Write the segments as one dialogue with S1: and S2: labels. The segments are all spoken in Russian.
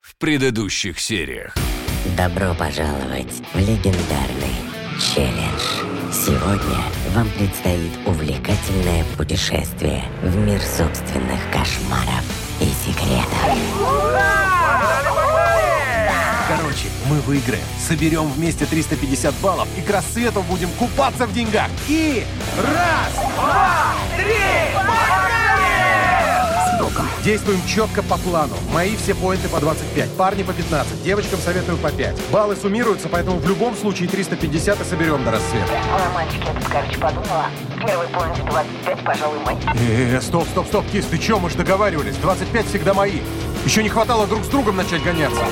S1: в предыдущих сериях.
S2: Добро пожаловать в легендарный челлендж. Сегодня вам предстоит увлекательное путешествие в мир собственных кошмаров и секретов.
S3: Короче, мы выиграем, соберем вместе 350 баллов и к рассвету будем купаться в деньгах. И раз, два, три, погнали! С Богом. Действуем четко по плану. Мои все поинты по 25, парни по 15, девочкам советую по 5. Баллы суммируются, поэтому в любом случае 350 и соберем до рассвета.
S4: Ой, мальчики, я тут, короче, подумала. Первый поинт в 25, пожалуй, мой.
S3: Э, стоп, стоп, стоп, кис, ты че, мы же договаривались, 25 всегда мои. Еще не хватало друг с другом начать гоняться.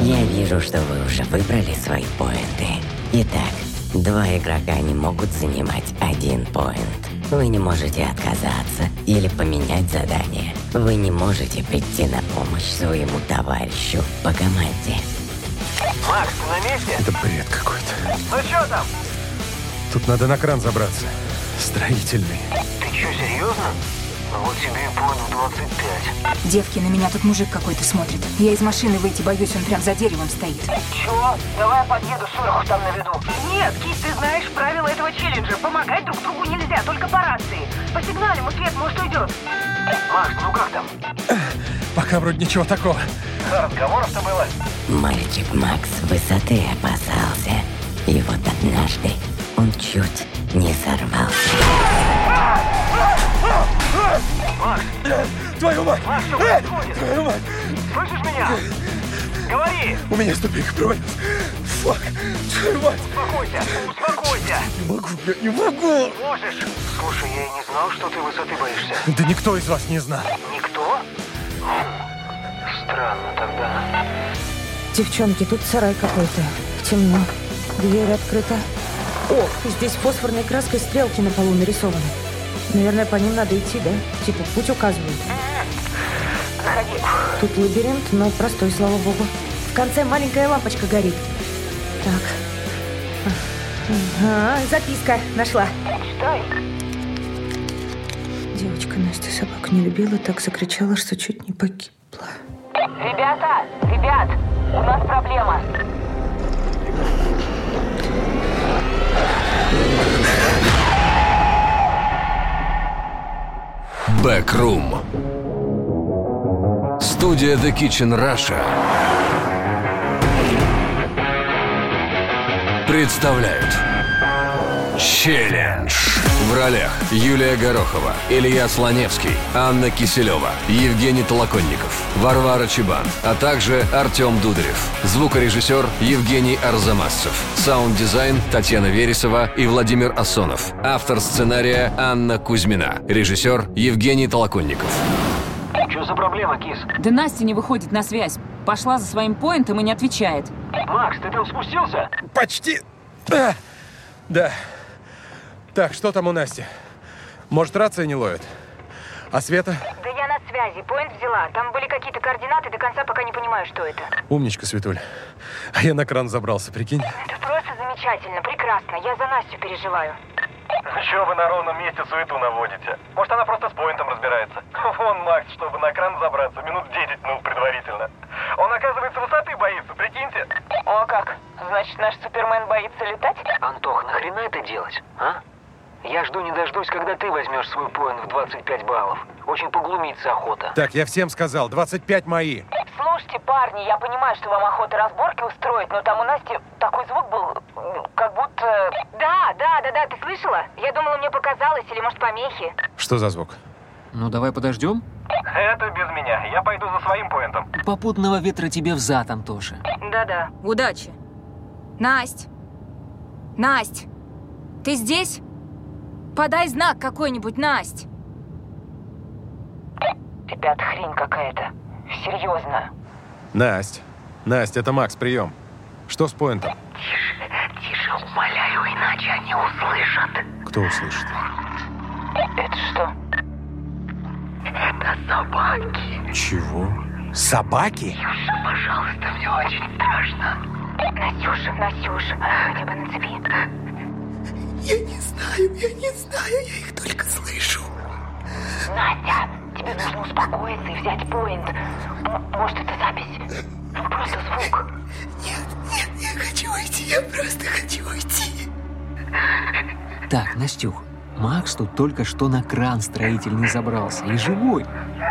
S2: Я вижу, что вы уже выбрали свои поинты. Итак, два игрока не могут занимать один поинт. Вы не можете отказаться или поменять задание. Вы не можете прийти на помощь своему товарищу по команде.
S5: Макс, ты на месте?
S3: Это бред какой-то.
S5: Ну что там?
S3: Тут надо на кран забраться. Строительный.
S5: Ты что, серьезно? Ну вот тебе и понял 25.
S6: Девки, на меня тут мужик какой-то смотрит. Я из машины выйти боюсь, он прям за деревом стоит.
S4: Чё? Давай я подъеду, сороху там наведу. Нет, Кит, ты знаешь правила этого челленджа. Помогать друг другу нельзя, только по рации. По сигналу свет, может, уйдет.
S5: Макс, ну как там?
S3: Пока вроде ничего такого.
S5: Да, разговоров-то было.
S2: Мальчик Макс высоты опасался. И вот однажды он чуть не сорвался.
S5: Макс,
S3: Твою мать!
S5: Макс, что
S3: Э,
S5: происходит?
S3: твою мать!
S5: слышишь меня? Говори!
S3: У меня ступенька провалилась. Фак! Твою мать!
S5: Успокойся! Успокойся!
S3: Не могу, я не могу!
S5: Можешь! Слушай, я и не знал, что ты высоты боишься.
S3: Да никто из вас не знал.
S5: Никто? Хм, Странно тогда.
S7: Девчонки, тут сарай какой-то. Темно. Дверь открыта. О, здесь фосфорной краской стрелки на полу нарисованы. Наверное, по ним надо идти, да? Типа, путь указывают. Тут лабиринт, но простой, слава богу. В конце маленькая лампочка горит. Так. Ага, записка нашла.
S4: Читай.
S7: Девочка Настя собак не любила, так закричала, что чуть не погибла.
S4: Ребята, ребят, у нас проблема.
S1: Бэкрум. Студия The Kitchen Russia представляют Челлендж. В ролях Юлия Горохова, Илья Слоневский, Анна Киселева, Евгений Толоконников, Варвара Чебан, а также Артем Дударев, звукорежиссер Евгений Арзамасцев, саунд-дизайн Татьяна Вересова и Владимир Асонов, автор сценария Анна Кузьмина, режиссер Евгений Толоконников.
S5: Что за проблема, кис?
S8: Да Настя не выходит на связь. Пошла за своим поинтом и не отвечает.
S5: Макс, ты там спустился?
S3: Почти. А, Да. Так, что там у Насти? Может, рация не ловит? А Света?
S4: Да я на связи, поинт взяла. Там были какие-то координаты, до конца пока не понимаю, что это.
S3: Умничка, Светуль. А я на кран забрался, прикинь.
S4: Это просто замечательно, прекрасно. Я за Настю переживаю.
S9: Еще вы на ровном месте суету наводите. Может, она просто с поинтом разбирается. Вон Макс, чтобы на кран забраться, минут 10 ну, предварительно. Он, оказывается, высоты боится, прикиньте.
S4: О, как? Значит, наш Супермен боится летать?
S5: Антох, нахрена это делать, а? Я жду не дождусь, когда ты возьмешь свой поинт в 25 баллов. Очень поглумиться охота.
S3: Так, я всем сказал, 25 мои.
S4: Слушайте, парни, я понимаю, что вам охота разборки устроить, но там у Насти такой звук был, м, как будто... Да, да, да, да, ты слышала? Я думала, мне показалось, или, может, помехи.
S3: Что за звук?
S10: Ну давай подождем.
S9: Это без меня. Я пойду за своим поинтом.
S10: Попутного ветра тебе взад, Антоша.
S4: Да-да.
S8: Удачи. Насть! Насть! Ты здесь? Подай знак какой-нибудь, Насть!
S4: Ребят, хрень какая-то. Серьезно.
S3: Насть. Насть, это Макс, прием. Что с поинтом?
S4: Тише, умоляю, иначе они услышат.
S3: Кто услышит?
S4: Это что? Это собаки.
S3: Чего? Собаки?
S4: Пожалуйста, мне очень страшно. Настюша, Настюша, хотя бы нацепи. Я не знаю, я не знаю, я их только слышу. Настя,
S9: Тебе нужно успокоиться и взять поинт. М- Может, это запись? Просто звук.
S11: Нет, нет, я хочу уйти, я просто хочу уйти.
S10: Так, Настюх, Макс тут только что на кран строительный забрался. И живой.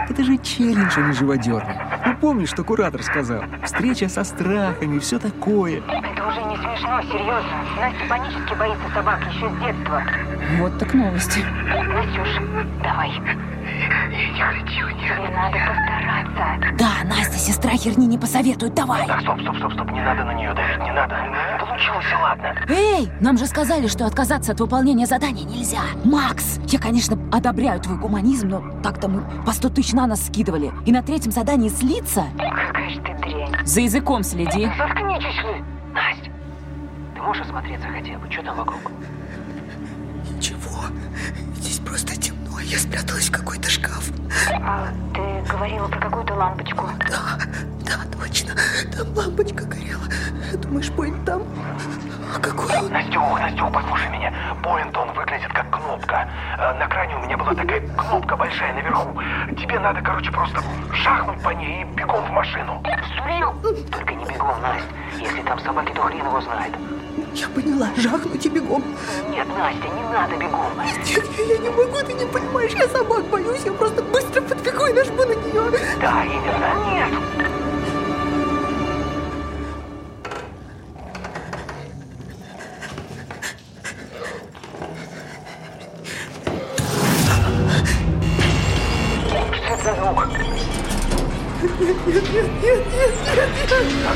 S10: Это же челлендж, а не живодерный. Ну помнишь, что куратор сказал? Встреча со страхами, все такое.
S9: Это уже не смешно, серьезно. Настя панически боится собак еще с детства. Э,
S12: Вот так новости.
S9: Настюш, давай. Я не хочу, нет. Тебе надо постараться.
S8: Да, Настя, сестра херни не посоветует, давай.
S5: Так, стоп, стоп, стоп, стоп, не надо на нее давить, не надо. Получилось, и ладно.
S8: Эй, нам же сказали, что отказаться от выполнения задания нельзя. Макс, я, конечно, одобряю твой гуманизм, но так-то мы по сто тысяч на нас скидывали. И на третьем задании слиться?
S9: Какая же ты дрянь.
S12: За языком следи.
S9: Заткнись, чешли.
S5: Настя, ты можешь осмотреться хотя бы? Что там вокруг?
S11: Ничего, здесь просто темно, я спряталась в какой-то шкаф.
S9: А ты говорила про какую-то лампочку.
S11: Да, да, точно, там лампочка горела. Думаешь, поинт там? А какой он?
S5: Настюх, Настюх, послушай меня. Поинт, он выглядит как кнопка. Э, На кране у меня была такая кнопка большая наверху. Тебе надо, короче, просто шахнуть по ней и бегом в машину.
S9: Сулил?
S5: Только не бегом, Настя. Если там собаки, то хрен его знает.
S11: Я поняла, жахнуть и бегом.
S9: Нет, Настя, не надо бегом.
S11: Нет, я, я не могу, ты не понимаешь, я собак боюсь, я просто быстро подбегу и нажму на нее.
S5: Да, именно. Нет.
S9: Что это за звук?
S5: Так,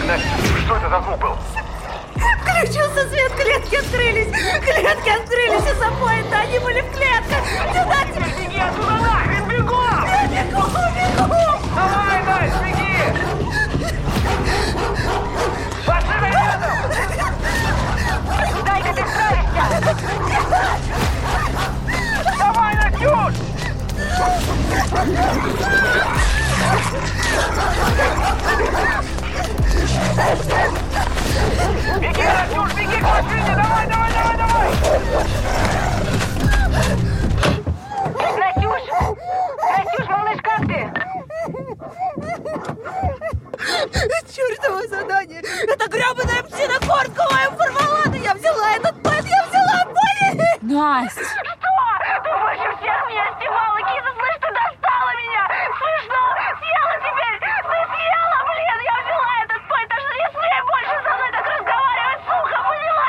S5: Настя, что это за звук был?
S11: Включился свет, клетки открылись! Клетки открылись из-за поинта, они были в клетках! типа, Сюда тебе!
S5: Беги отсюда нахрен, бегом!
S11: Я бегу, бегу!
S5: Давай, Настя, беги! Пошли А на
S9: Дай-ка ты справишься!
S5: Давай, Настюш! Беги, Настюш, беги к машине! Давай, давай, давай, давай!
S9: Настюш! Настюш, малыш, как ты?
S11: Чёртово задание! Эта грёбаная псина корка мою порвала, да я взяла этот поинт, я взяла поинт!
S12: Настя!
S9: Что? Ты больше всех меня снимала, Киза, слышь, ты достала меня! Слышь, ну, съела теперь! Ты съела, блин, я взяла этот пой, даже не смей больше со мной так разговаривать, сука, поняла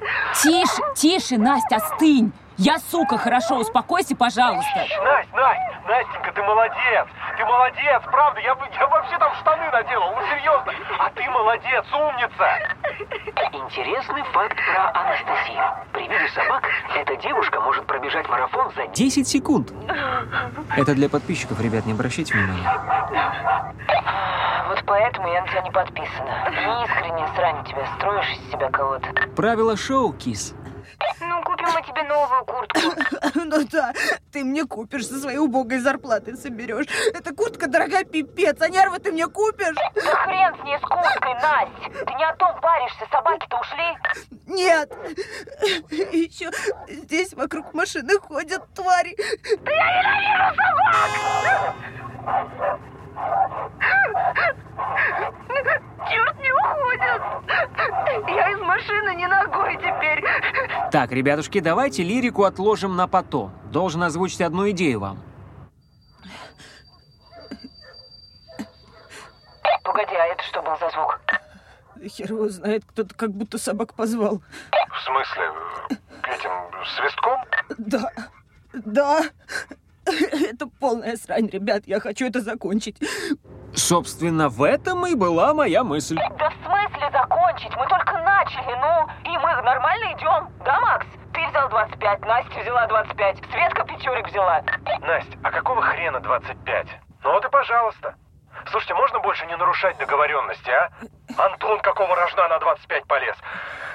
S9: меня!
S12: Тише, тише, Настя, остынь! Я, сука, хорошо, успокойся, пожалуйста.
S3: Настя, Настя, Настенька, ты молодец! Ты молодец, правда, я, бы- я вообще там штаны наделал, ну серьезно! А ты молодец, умница!
S5: Интересный факт про Анастасию. При виде собак эта девушка может пробежать марафон за
S10: 10 секунд. Это для подписчиков, ребят, не обращайте внимания.
S9: Вот поэтому я на тебя не подписана. Не искренне срань тебя, строишь из себя кого-то.
S10: Правило шоу, кис.
S9: Ну, купим мы тебе новую куртку.
S11: Ну да, ты мне купишь со своей убогой зарплаты соберешь. Эта куртка дорогая пипец, а нервы ты мне купишь?
S9: Да хрен с ней, с курткой, Настя! Ты не о том паришься, собаки-то ушли.
S11: Нет! Еще здесь вокруг машины ходят твари.
S9: Черт не уходит! Я из машины не ногой теперь.
S10: Так, ребятушки, давайте лирику отложим на потом. Должен озвучить одну идею вам.
S9: Погоди, а это что был за звук?
S11: Хер его знает, кто-то как будто собак позвал.
S3: В смысле, этим свистком?
S11: Да, да. Это полная срань, ребят. Я хочу это закончить.
S10: Собственно, в этом и была моя мысль.
S9: Да в смысле закончить? Мы только начали, ну, и мы нормально идем, да, Макс? Ты взял 25, Настя взяла 25, Светка Печорик взяла.
S3: Настя, а какого хрена 25? Ну вот и пожалуйста. Слушайте, можно больше не нарушать договоренности, а? Антон какого рожна на 25 полез?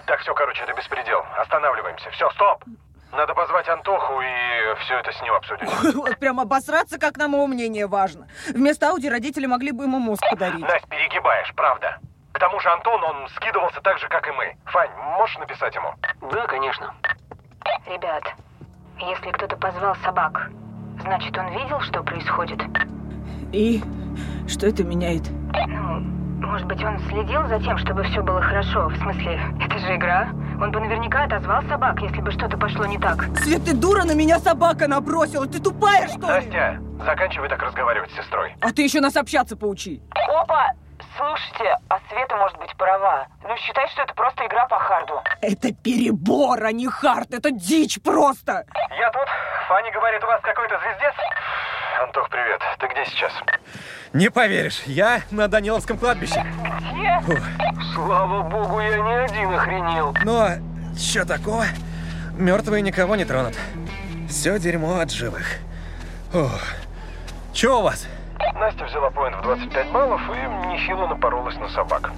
S3: Так, все, короче, это беспредел. Останавливаемся. Все, стоп! Надо позвать Антоху и все это с ним обсудить.
S11: Вот прям обосраться, как на мое мнение, важно. Вместо Ауди родители могли бы ему мозг подарить.
S3: Настя, перегибаешь, правда. К тому же Антон, он скидывался так же, как и мы. Фань, можешь написать ему?
S5: Да, конечно.
S9: Ребят, если кто-то позвал собак, Значит, он видел, что происходит?
S11: И что это меняет?
S9: Ну, может быть, он следил за тем, чтобы все было хорошо. В смысле, это же игра. Он бы наверняка отозвал собак, если бы что-то пошло не так.
S11: Свет, ты дура, на меня собака набросила. Ты тупая, что ли?
S5: Настя, заканчивай так разговаривать с сестрой.
S11: А ты еще нас общаться поучи.
S4: Опа! Слушайте, а Света может быть права. Ну, считай, что это просто игра по харду.
S11: Это перебор, а не хард. Это дичь просто.
S5: Я тут. Фанни говорит, у вас какой-то звездец. Антох, привет. Ты где сейчас?
S13: Не поверишь, я на Даниловском кладбище.
S4: Где?
S5: Слава богу, я не один охренел.
S13: Но что такого? Мертвые никого не тронут. Все дерьмо от живых. Ох. Чё у вас?
S5: Настя взяла поинт в 25 баллов и нехило напоролась на собак.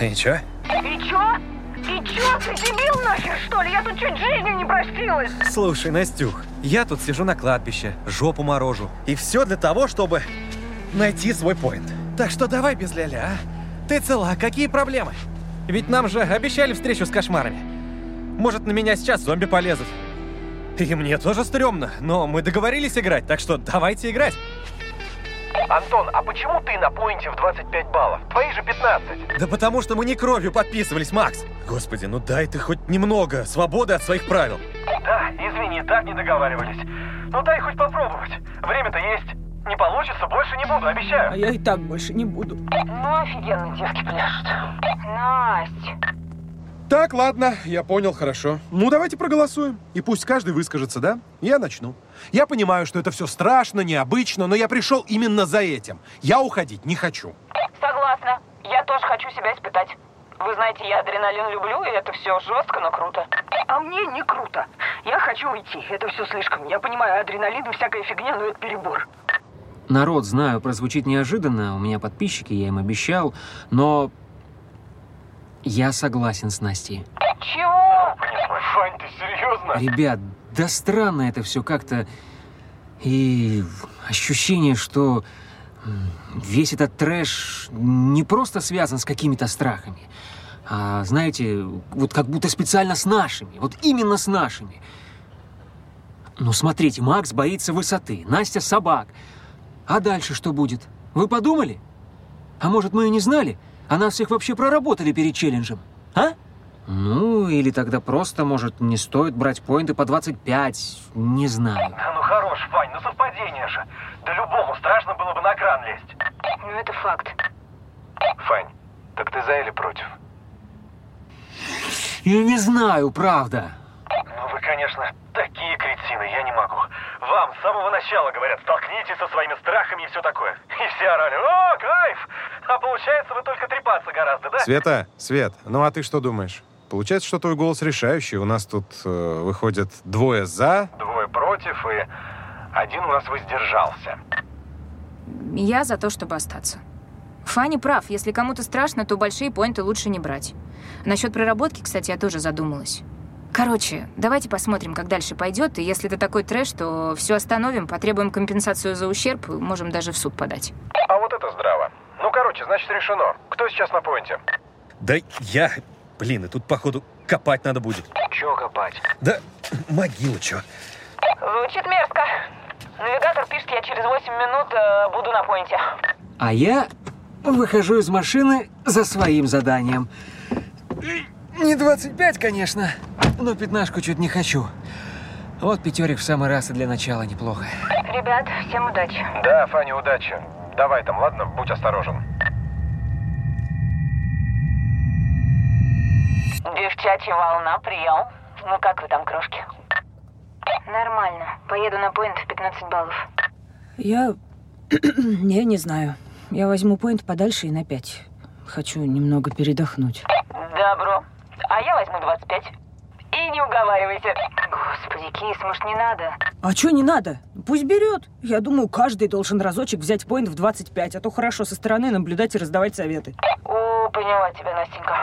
S13: И чё?
S14: И чё? И чё? Ты дебил нахер, что ли? Я тут чуть жизнью не простилась.
S13: Слушай, Настюх, я тут сижу на кладбище, жопу морожу. И все для того, чтобы найти свой поинт. Так что давай без ляля, а? Ты цела, какие проблемы? Ведь нам же обещали встречу с кошмарами. Может, на меня сейчас зомби полезут. И мне тоже стрёмно, но мы договорились играть, так что давайте играть.
S5: Антон, а почему ты на поинте в 25 баллов? Твои же 15.
S13: Да потому что мы не кровью подписывались, Макс. Господи, ну дай ты хоть немного свободы от своих правил.
S5: Да, извини, так не договаривались. Ну дай хоть попробовать. Время-то есть. Не получится, больше не буду, обещаю.
S11: А я и так больше не буду.
S4: Ну, офигенно, девки пляшут. Настя.
S13: Так, ладно, я понял, хорошо. Ну, давайте проголосуем. И пусть каждый выскажется, да? Я начну. Я понимаю, что это все страшно, необычно, но я пришел именно за этим. Я уходить не хочу.
S4: Согласна. Я тоже хочу себя испытать. Вы знаете, я адреналин люблю, и это все жестко, но круто.
S14: А мне не круто. Я хочу уйти. Это все слишком. Я понимаю, адреналин и всякая фигня, но это перебор.
S10: Народ, знаю, прозвучит неожиданно, у меня подписчики, я им обещал, но я согласен с Настей.
S4: Чего?
S5: Фань, ты серьезно?
S10: Ребят, да странно это все как-то. И ощущение, что м, весь этот трэш не просто связан с какими-то страхами, а, знаете, вот как будто специально с нашими, вот именно с нашими. Ну, смотрите, Макс боится высоты, Настя собак. А дальше что будет? Вы подумали? А может, мы и не знали? А нас всех вообще проработали перед челленджем, а? Ну, или тогда просто, может, не стоит брать поинты по 25, не знаю.
S5: Да ну хорош, Фань, ну совпадение же. Да любому страшно было бы на кран лезть.
S4: Ну, это факт.
S5: Фань, так ты за или против?
S10: Я не знаю, правда.
S5: Ну вы, конечно, такие кретины, я не могу. Вам с самого начала говорят, столкнитесь со своими страхами и все такое. И все орали, о, кайф! А получается, вы только трепаться гораздо, да?
S3: Света, Свет, ну а ты что думаешь? Получается, что твой голос решающий. У нас тут э, выходит двое за.
S5: Двое против, и один у нас воздержался.
S9: Я за то, чтобы остаться. Фанни прав, если кому-то страшно, то большие поинты лучше не брать. Насчет проработки, кстати, я тоже задумалась. Короче, давайте посмотрим, как дальше пойдет, и если это такой трэш, то все остановим, потребуем компенсацию за ущерб, можем даже в суд подать.
S5: А вот это здраво. Ну, короче, значит, решено. Кто сейчас на поинте?
S3: Да я... Блин, и тут, походу, копать надо будет.
S5: Чё копать?
S3: Да могилу чё.
S4: Звучит мерзко. Навигатор пишет, я через 8 минут э, буду на поинте.
S10: А я выхожу из машины за своим заданием. Не 25, конечно, но пятнашку чуть не хочу. Вот пятерик в самый раз и для начала неплохо.
S4: Ребят, всем удачи.
S5: Да, Фаня, удачи. Давай там, ладно? Будь осторожен.
S4: Девчачья волна, прием. Ну как вы там, крошки?
S9: Нормально. Поеду на поинт в 15 баллов.
S7: Я... Я не знаю. Я возьму поинт подальше и на 5. Хочу немного передохнуть.
S4: Добро. А я возьму 25. И не уговаривайте.
S9: Господи, Кис, может, не надо?
S7: А чё не надо? Пусть берет. Я думаю, каждый должен разочек взять поинт в 25, а то хорошо со стороны наблюдать и раздавать советы.
S4: О, поняла тебя, Настенька.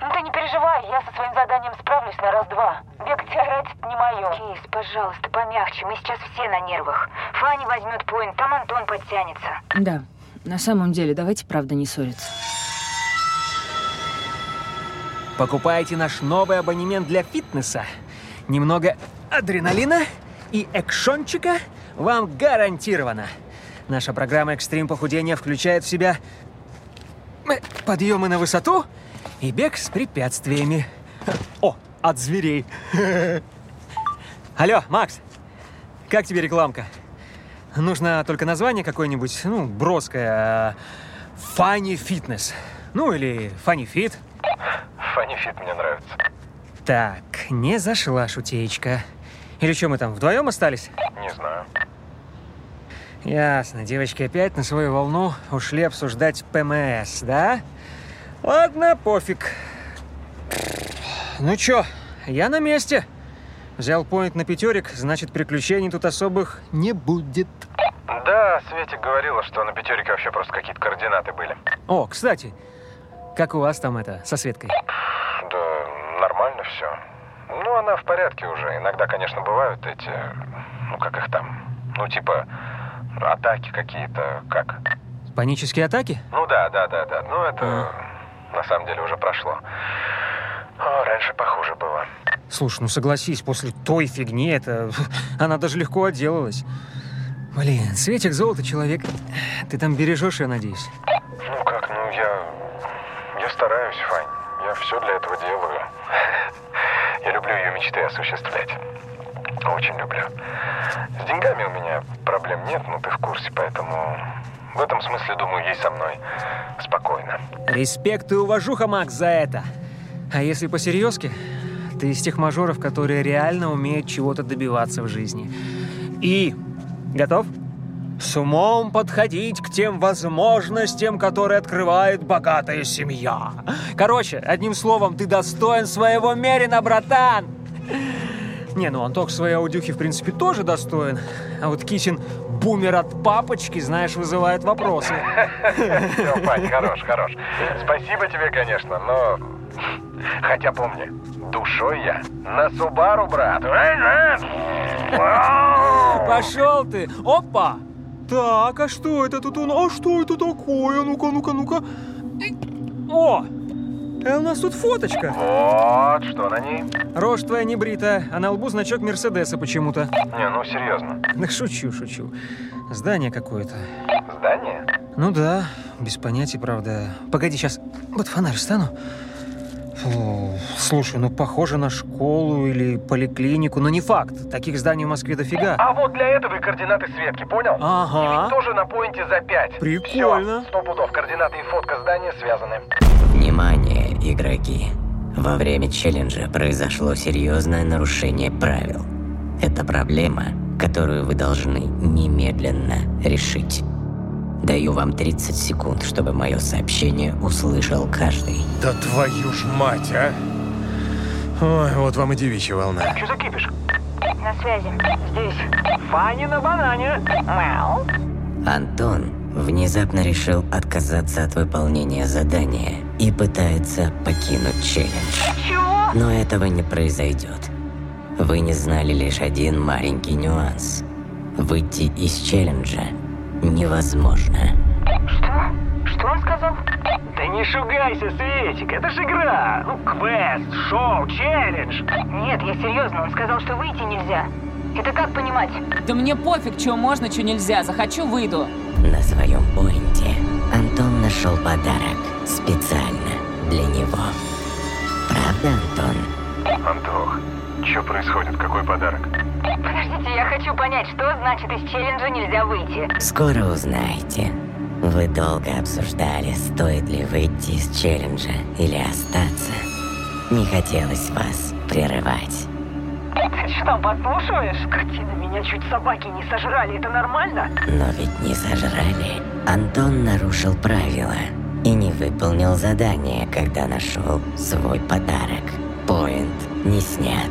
S4: Ну ты не переживай, я со своим заданием справлюсь на раз-два. Бегать и орать это не мое.
S9: Кис, пожалуйста, помягче, мы сейчас все на нервах. Фанни возьмет поинт, там Антон подтянется.
S7: Да, на самом деле, давайте правда не ссориться.
S10: Покупайте наш новый абонемент для фитнеса. Немного адреналина и экшончика, вам гарантировано. Наша программа «Экстрим похудения» включает в себя э, подъемы на высоту и бег с препятствиями. О, от зверей. Алло, Макс, как тебе рекламка? Нужно только название какое-нибудь, ну, броское. Фанни Фитнес. Ну, или Фанни Фит.
S3: Фанни Фит мне нравится.
S10: Так, не зашла шутеечка. Или что, мы там вдвоем остались?
S3: Не знаю.
S10: Ясно, девочки опять на свою волну ушли обсуждать ПМС, да? Ладно, пофиг. Ну чё, я на месте. Взял поинт на пятерик, значит, приключений тут особых не будет.
S3: Да, Светик говорила, что на пятерике вообще просто какие-то координаты были.
S10: О, кстати, как у вас там это, со Светкой?
S3: Да, нормально все. Ну, она в порядке уже. Иногда, конечно, бывают эти, ну, как их там, ну, типа, атаки какие-то, как.
S10: Панические атаки?
S3: Ну, да, да, да, да. Ну, это на самом деле уже прошло. О, раньше похуже было.
S10: Слушай, ну согласись, после той фигни это... Она даже легко отделалась. Блин, Светик золото человек. Ты там бережешь ее, надеюсь?
S3: Ну, как, ну, я... Я стараюсь, Фань. Я все для этого делаю. Я люблю ее мечты осуществлять. Очень люблю. С деньгами у меня проблем нет, но ты в курсе, поэтому... В этом смысле, думаю, ей со мной спокойно.
S10: Респект и уважуха, Макс, за это. А если по-серьезки, ты из тех мажоров, которые реально умеют чего-то добиваться в жизни. И... Готов? С умом подходить к тем возможностям, которые открывает богатая семья. Короче, одним словом, ты достоин своего мерина, братан! Не, ну Анток своей аудюхи, в принципе, тоже достоин. А вот Кисин бумер от папочки, знаешь, вызывает вопросы.
S3: Все, Фань, Ну, хорош, хорош. Спасибо тебе, конечно, но... Хотя помни, душой я на Субару, брат.
S10: Пошел ты! Опа! Так, а что это тут у нас? А что это такое? Ну-ка, ну-ка, ну-ка. О! А у нас тут фоточка.
S3: Вот, что на ней?
S10: Рожь твоя не брита, а на лбу значок Мерседеса почему-то.
S3: Не, ну серьезно.
S10: Да шучу, шучу. Здание какое-то.
S3: Здание?
S10: Ну да, без понятия, правда. Погоди, сейчас вот фонарь встану. Фу, слушай, ну похоже на школу или поликлинику, но не факт. Таких зданий в Москве дофига.
S3: А вот для этого и координаты Светки, понял?
S10: Ага.
S3: И ведь тоже на поинте за пять.
S10: Прикольно.
S3: Все, сто пудов, координаты и фотка здания связаны.
S2: Внимание, игроки! Во время челленджа произошло серьезное нарушение правил. Это проблема, которую вы должны немедленно решить. Даю вам 30 секунд, чтобы мое сообщение услышал каждый.
S15: Да твою ж мать, а! Ой, вот вам и девичья волна.
S5: Что за кипиш?
S4: На связи. Здесь.
S5: Фаня на банане.
S4: Мяу.
S2: Антон внезапно решил отказаться от выполнения задания и пытается покинуть челлендж. Но этого не произойдет. Вы не знали лишь один маленький нюанс. Выйти из челленджа невозможно.
S5: Что он сказал? Да не шугайся, Светик, это же игра. Ну, квест, шоу, челлендж.
S4: Нет, я серьезно, он сказал, что выйти нельзя. Это как понимать?
S8: Да мне пофиг, что можно, что нельзя. Захочу, выйду.
S2: На своем поинте Антон нашел подарок специально для него. Правда, Антон?
S3: Антох, что происходит? Какой подарок?
S4: Подождите, я хочу понять, что значит из челленджа нельзя выйти.
S2: Скоро узнаете. Вы долго обсуждали, стоит ли выйти из челленджа или остаться. Не хотелось вас прерывать.
S4: Ты что, подслушиваешь? Скотина, меня чуть собаки не сожрали, это нормально?
S2: Но ведь не сожрали. Антон нарушил правила и не выполнил задание, когда нашел свой подарок. Поинт не снят.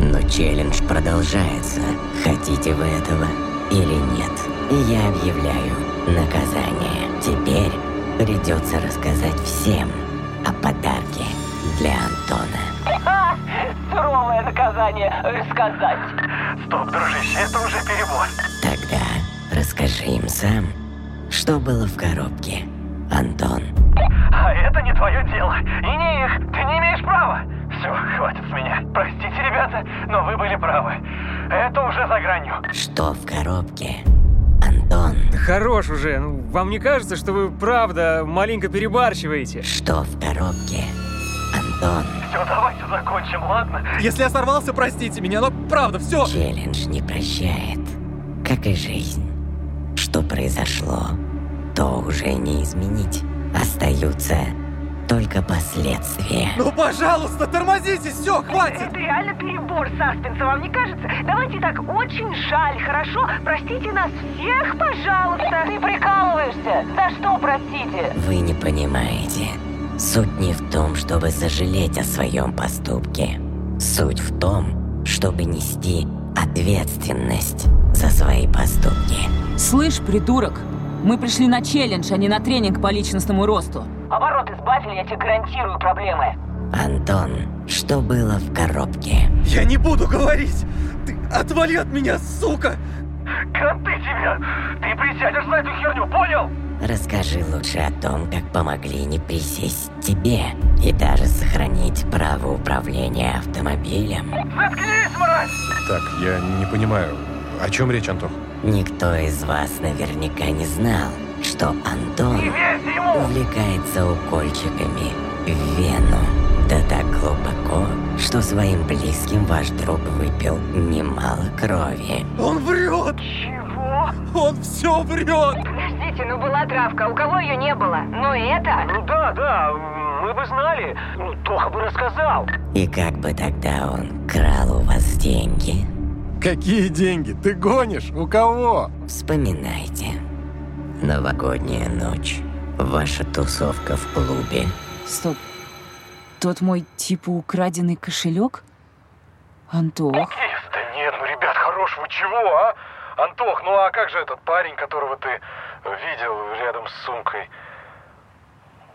S2: Но челлендж продолжается. Хотите вы этого или нет? И я объявляю наказание. Теперь придется рассказать всем о подарке для Антона.
S4: Ха! Суровое наказание рассказать.
S5: Стоп, дружище, это уже перебор.
S2: Тогда расскажи им сам, что было в коробке, Антон.
S5: А это не твое дело. И не их. Ты не имеешь права. Все, хватит с меня. Простите, ребята, но вы были правы.
S3: Это уже за гранью.
S2: Что в коробке?
S10: Да Хорош уже. Ну, вам не кажется, что вы правда маленько перебарщиваете?
S2: Что в коробке? Антон.
S3: Все, давайте закончим, ладно?
S13: Если я сорвался, простите меня, но правда, все.
S2: Челлендж не прощает. Как и жизнь. Что произошло, то уже не изменить. Остаются только последствия.
S13: Ну, пожалуйста, тормозите, все, хватит.
S9: Это реально перебор саспенса, вам не кажется? Давайте так, очень жаль, хорошо? Простите нас всех, пожалуйста. Ты прикалываешься? За что простите?
S2: Вы не понимаете. Суть не в том, чтобы сожалеть о своем поступке. Суть в том, чтобы нести ответственность за свои поступки.
S8: Слышь, придурок, мы пришли на челлендж, а не на тренинг по личностному росту.
S4: Оборот избавили, я тебе гарантирую проблемы.
S2: Антон, что было в коробке?
S13: Я не буду говорить. Ты отвали от меня, сука.
S3: Кранты тебя. Ты присядешь за эту херню, понял?
S2: Расскажи лучше о том, как помогли не присесть тебе и даже сохранить право управления автомобилем.
S3: Заткнись, мразь!
S15: Так, я не понимаю, о чем речь, Антон?
S2: Никто из вас наверняка не знал, что Антон увлекается укольчиками в вену. Да так глубоко, что своим близким ваш друг выпил немало крови.
S13: Он врет! Чего? Он все врет!
S4: Подождите, ну была травка, у кого ее не было? Но это...
S3: Ну да, да, мы бы знали. Ну, Тоха бы рассказал.
S2: И как бы тогда он крал у вас деньги?
S15: Какие деньги? Ты гонишь? У кого?
S2: Вспоминайте. Новогодняя ночь. Ваша тусовка в клубе.
S16: Стоп. Тот мой, типа, украденный кошелек? Антох.
S3: Да нет, ну, ребят, хорош, вы чего, а? Антох, ну а как же этот парень, которого ты видел рядом с сумкой?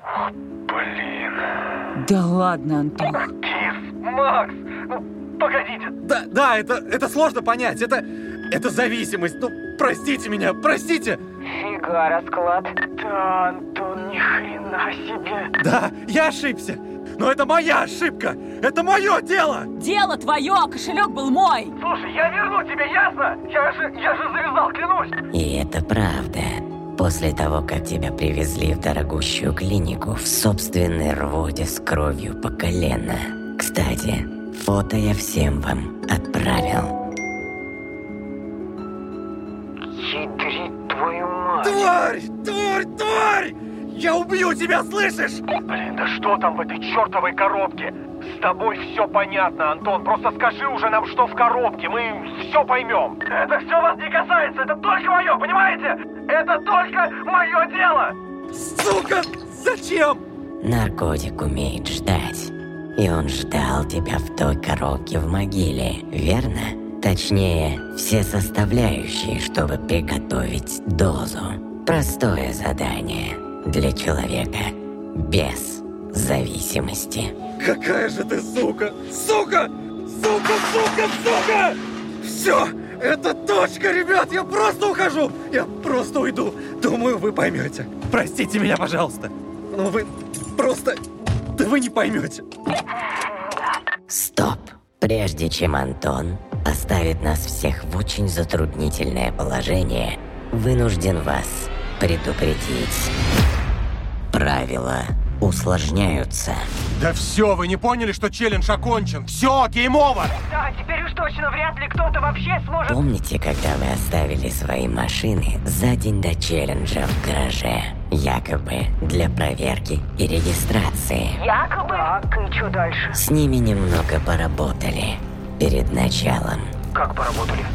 S3: Ох, блин.
S16: Да ладно, Антох.
S3: Кис, Макс, ну, погодите.
S13: Да, да, это, это сложно понять. Это, это зависимость. Ну, простите меня, простите.
S4: Фига расклад.
S3: Да, Антон, ни хрена себе.
S13: Да, я ошибся. Но это моя ошибка. Это мое дело.
S8: Дело твое, а кошелек был мой.
S3: Слушай, я верну тебе, ясно? Я же, я же завязал, клянусь.
S2: И это правда. После того, как тебя привезли в дорогущую клинику в собственной рвоте с кровью по колено. Кстати, фото я всем вам отправил.
S3: Ядрить твою мать.
S13: Тварь, тварь, тварь! Я убью тебя, слышишь?
S3: Блин, да что там в этой чертовой коробке? С тобой все понятно, Антон. Просто скажи уже нам, что в коробке. Мы все поймем. Это все вас не касается. Это только мое, понимаете? Это только мое дело.
S13: Сука, зачем?
S2: Наркотик умеет ждать. И он ждал тебя в той коробке в могиле, верно? Точнее, все составляющие, чтобы приготовить дозу. Простое задание для человека без зависимости.
S13: Какая же ты сука! Сука! Сука, сука, сука! Все! Это точка, ребят! Я просто ухожу! Я просто уйду! Думаю, вы поймете. Простите меня, пожалуйста. Но вы просто... Да вы не поймете.
S2: Стоп. Прежде чем Антон оставит нас всех в очень затруднительное положение, вынужден вас предупредить. Правила усложняются.
S15: Да все, вы не поняли, что челлендж окончен. Все, гейм-овер.
S4: Да, теперь уж точно вряд ли кто-то вообще сможет...
S2: Помните, когда вы оставили свои машины за день до челленджа в гараже? Якобы для проверки и регистрации.
S4: Якобы... Так, и что дальше?
S2: С ними немного поработали перед началом.
S3: Как поработали?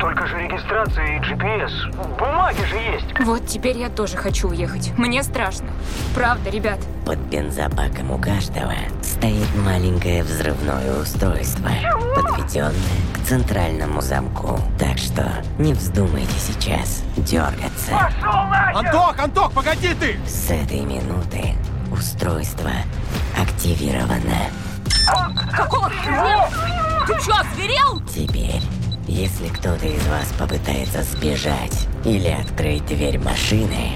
S3: Только же регистрация и GPS. Бумаги же есть.
S6: Вот теперь я тоже хочу уехать. Мне страшно. Правда, ребят.
S2: Под бензобаком у каждого стоит маленькое взрывное устройство, подведенное к центральному замку. Так что не вздумайте сейчас дергаться.
S15: Антох, Антох, погоди ты!
S2: С этой минуты устройство активировано.
S8: Какого хрена? Ты что, озверел?
S2: Теперь, если кто-то из вас попытается сбежать или открыть дверь машины,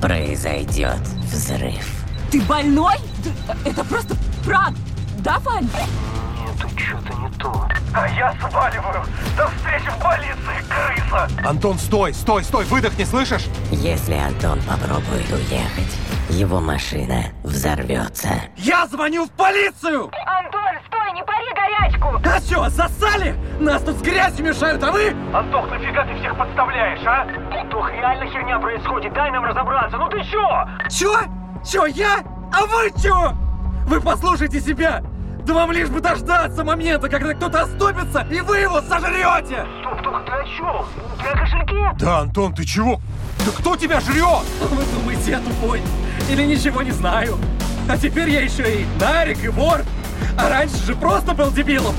S2: произойдет взрыв.
S8: э, Ты больной? Ты- Это просто пранк, да, Вань?
S3: Нет, Тут что-то не то. А я сваливаю. До встречи в полиции, крыса!
S13: Антон, стой, стой, стой, выдохни, слышишь?
S2: Если Антон попробует уехать, его машина взорвется.
S5: Я звоню в полицию!
S4: Антон, стой, не пари горячку!
S5: А что, засали? Нас тут с грязью мешают, а вы?
S17: Антох,
S3: ну
S17: нафига ты всех подставляешь, а? Антох, реально херня происходит, дай нам разобраться, ну ты чё?
S5: Чё? Чё, я? А вы чё? Вы послушайте себя! Да вам лишь бы дождаться момента, когда кто-то оступится, и вы его сожрете!
S3: Стоп, Тух, ты о чём? Ты о кошельке?
S13: Да, Антон, ты чего? Да кто тебя жрет?
S5: Вы думаете, я тупой? Или ничего не знаю? А теперь я еще и Нарик, и вор. А раньше же просто был дебилом.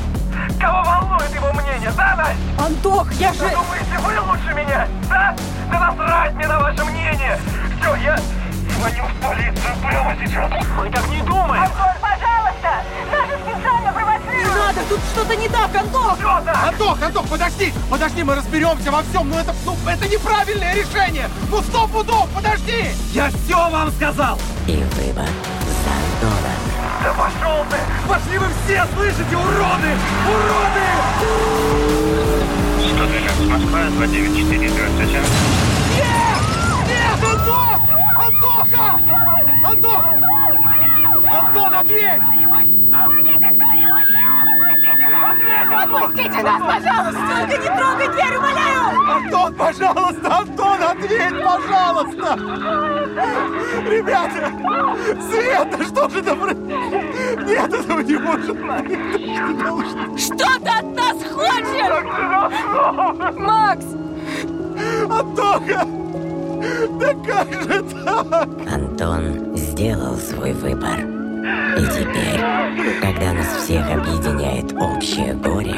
S3: Кого волнует его мнение, да, Настя?
S18: Антох, я же...
S3: Думаете, вы лучше меня, да? Да насрать мне на ваше мнение! Все, я звоню в полицию прямо сейчас! А Мы так не думаем!
S4: Антон, пожалуйста! Наша специально
S8: Не
S4: провоцирует!
S8: надо, тут что-то не так, Антох!
S5: Антох, Антох, подожди! Подожди, мы разберемся во всем, но это, ну, это неправильное решение! Ну, сто пудов, подожди! Я все вам сказал!
S2: И выбор за Антона.
S3: Да пошел ты!
S5: Пошли вы все, слышите, уроды! Уроды!
S3: 112, Москва, 294,
S5: Нет! Нет, Антох! Антоха! Антох! Антон, ответь!
S8: Отпустите нас, пожалуйста! Только не трогай дверь, умоляю!
S5: Антон, пожалуйста, Антон, ответь, пожалуйста! Ребята, Света, что же это про- Нет, этого не может быть.
S8: Что ты от нас хочешь? Макс!
S5: Антоха! Да как же так?
S2: Антон сделал свой выбор. И теперь, когда нас всех объединяет общее горе,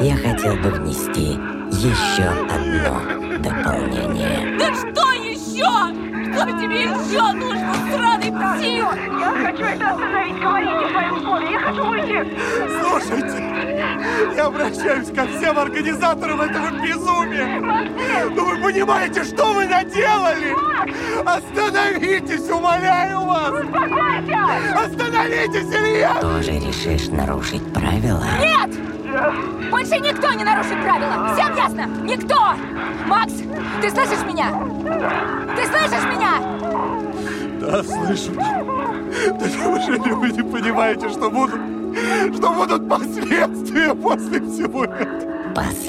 S2: я хотел бы внести еще одно дополнение.
S8: Да что еще? Что тебе еще нужно, сраный птиц?
S4: Я хочу это остановить, говорите в своем слове, я хочу выйти!
S5: Слушайте, я обращаюсь ко всем организаторам этого безумия. Ну вы понимаете, что вы наделали? Остановитесь, умоляю вас! Остановитесь, Илья!
S2: Тоже решишь нарушить правила?
S8: Нет! Больше никто не нарушит правила! Всем ясно? Никто! Макс, ты слышишь меня? Ты слышишь меня?
S5: Да, слышу. Да неужели вы не понимаете, что будут, что будут последствия после всего этого?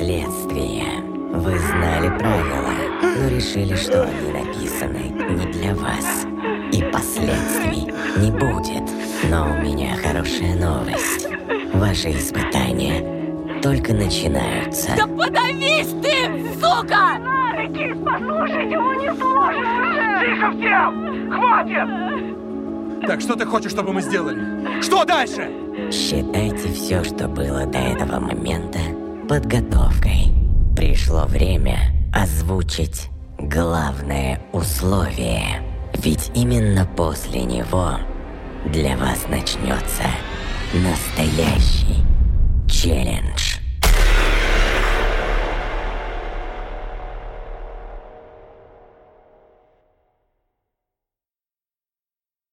S2: Последствия. Вы знали правила, но решили, что они написаны не для вас. И последствий не будет. Но у меня хорошая новость. Ваши испытания только начинаются.
S8: Да подавись ты, сука!
S4: Нарики, послушайте, его не слушай!
S3: Тихо всем! Хватит!
S5: Так что ты хочешь, чтобы мы сделали? Что дальше?
S2: Считайте все, что было до этого момента, подготовкой. Пришло время озвучить главное условие. Ведь именно после него для вас начнется настоящий челлендж.